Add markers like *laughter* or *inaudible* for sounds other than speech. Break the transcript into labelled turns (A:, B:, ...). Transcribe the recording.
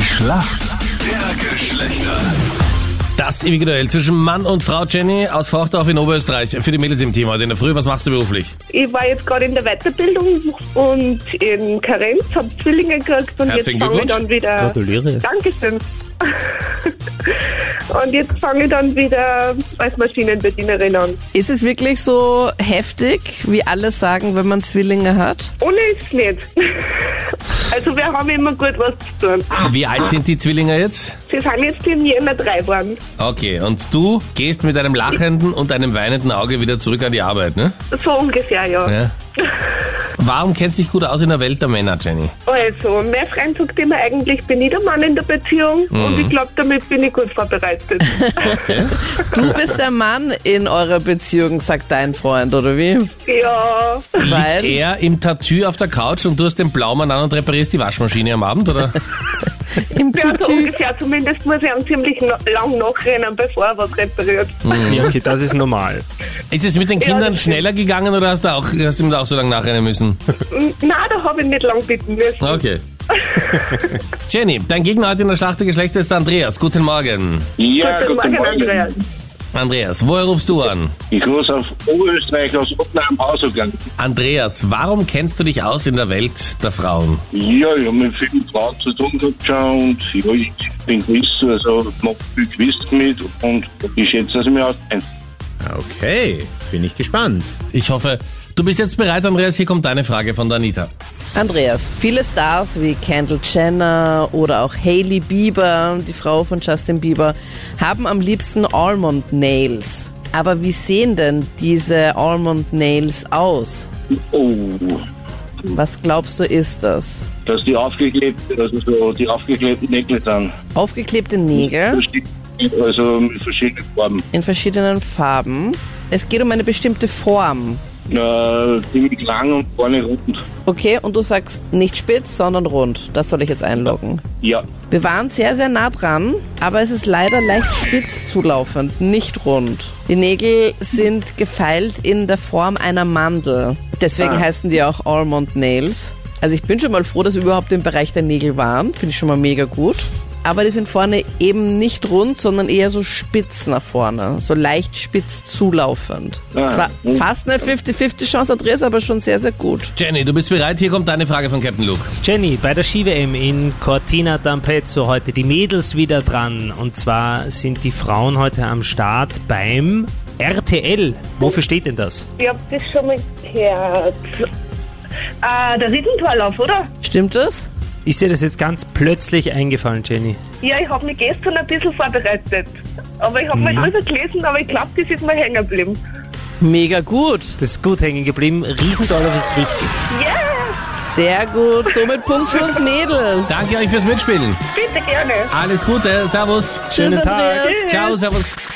A: Schlacht der Geschlechter.
B: Das ewige Duell zwischen Mann und Frau Jenny aus Forchdorf in Oberösterreich. Für die Mädels im Team heute in der Früh, was machst du beruflich?
C: Ich war jetzt gerade in der Weiterbildung und in Karenz, habe Zwillinge gekriegt und
B: Herzlichen
C: jetzt fange
B: Glückwunsch.
C: ich dann wieder.
D: Gratuliere.
C: Dankeschön. *laughs* und jetzt fange ich dann wieder als Maschinenbedienerin an.
E: Ist es wirklich so heftig, wie alle sagen, wenn man Zwillinge hat?
C: Ohne ist nicht. *laughs* also wir haben immer gut was zu tun.
B: Wie alt sind die Zwillinge jetzt?
C: Sie sind jetzt im Jänner drei geworden.
B: Okay, und du gehst mit einem lachenden und einem weinenden Auge wieder zurück an die Arbeit, ne?
C: So ungefähr, ja.
B: Ja. Warum kennst du dich gut aus in der Welt der Männer, Jenny?
C: Also, mein Freund sagt immer eigentlich, bin ich der Mann in der Beziehung und ich glaube, damit bin ich gut vorbereitet.
B: Okay.
E: Du bist der Mann in eurer Beziehung, sagt dein Freund, oder wie?
C: ja.
B: Liegt
E: Weil-
B: er im Tatü auf der Couch und du hast den Blaumann an und reparierst die Waschmaschine am Abend, oder?
E: Im
C: Ja, so
E: Tutu.
C: ungefähr. Zumindest muss ich einen ziemlich no- lang nachrennen, bevor er was repariert.
D: Ja, okay, das ist normal.
B: Ist es mit den
C: das
B: Kindern
C: stimmt.
B: schneller gegangen oder hast du, auch, hast du ihm da auch so lange nachrennen müssen?
C: Nein, da habe ich nicht lang bitten müssen. *laughs*
B: Okay. Jenny, dein Gegner heute in der Schlacht der Geschlechter ist der Andreas. Guten Morgen.
F: Ja,
C: Guten Morgen, Andreas.
B: Andreas, woher rufst du an?
F: Ich muss auf Oberösterreich aus Obnam Hausaufgang.
B: Andreas, warum kennst du dich aus in der Welt der Frauen?
F: Ja, ich habe mit vielen Frauen zu tun gehabt schon und ja, ich bin Quiz, also mache viel Quiz mit und ich schätze, dass ich mich auskennt.
G: Okay, bin ich gespannt.
B: Ich hoffe, du bist jetzt bereit, Andreas. Hier kommt deine Frage von der Anita.
E: Andreas, viele Stars wie Kendall Jenner oder auch Hailey Bieber, die Frau von Justin Bieber, haben am liebsten Almond Nails. Aber wie sehen denn diese Almond Nails aus?
F: Oh,
E: Was glaubst du, ist das?
F: dass die aufgeklebt, also so die aufgeklebten Nägel sind.
E: Aufgeklebte Nägel?
F: Verschieden- Also mit verschiedenen Farben.
E: in verschiedenen Farben. Es geht um eine bestimmte Form.
F: Äh, ziemlich lang und vorne rund.
E: Okay, und du sagst nicht spitz, sondern rund. Das soll ich jetzt einloggen.
F: Ja.
E: Wir waren sehr, sehr nah dran, aber es ist leider leicht spitz zulaufend, nicht rund. Die Nägel sind gefeilt in der Form einer Mandel. Deswegen heißen die auch Almond Nails. Also ich bin schon mal froh, dass wir überhaupt im Bereich der Nägel waren. Finde ich schon mal mega gut. Aber die sind vorne eben nicht rund, sondern eher so spitz nach vorne. So leicht spitz zulaufend.
F: Ah.
E: Es war fast eine 50-50 Chance, Andreas, aber schon sehr, sehr gut.
B: Jenny, du bist bereit. Hier kommt deine Frage von Captain Luke.
H: Jenny, bei der Ski-WM in Cortina d'Ampezzo heute die Mädels wieder dran. Und zwar sind die Frauen heute am Start beim RTL. Wofür steht denn das?
C: Ich habe das schon mal gehört. Äh, der Riesentorlauf, oder?
E: Stimmt das?
H: Ist dir das jetzt ganz plötzlich eingefallen, Jenny?
C: Ja, ich habe mich gestern ein bisschen vorbereitet. Aber ich habe mal drüber gelesen, aber ich glaube, das ist mir hängen geblieben.
E: Mega gut.
H: Das ist gut hängen geblieben. Riesendollar ist richtig.
C: Yeah,
E: Sehr gut. Somit Punkt für uns Mädels.
B: Danke euch fürs Mitspielen.
C: bitte gerne.
B: Alles Gute. Servus.
E: Tschüss,
H: Schönen Tag.
E: Andreas.
B: Ciao, servus.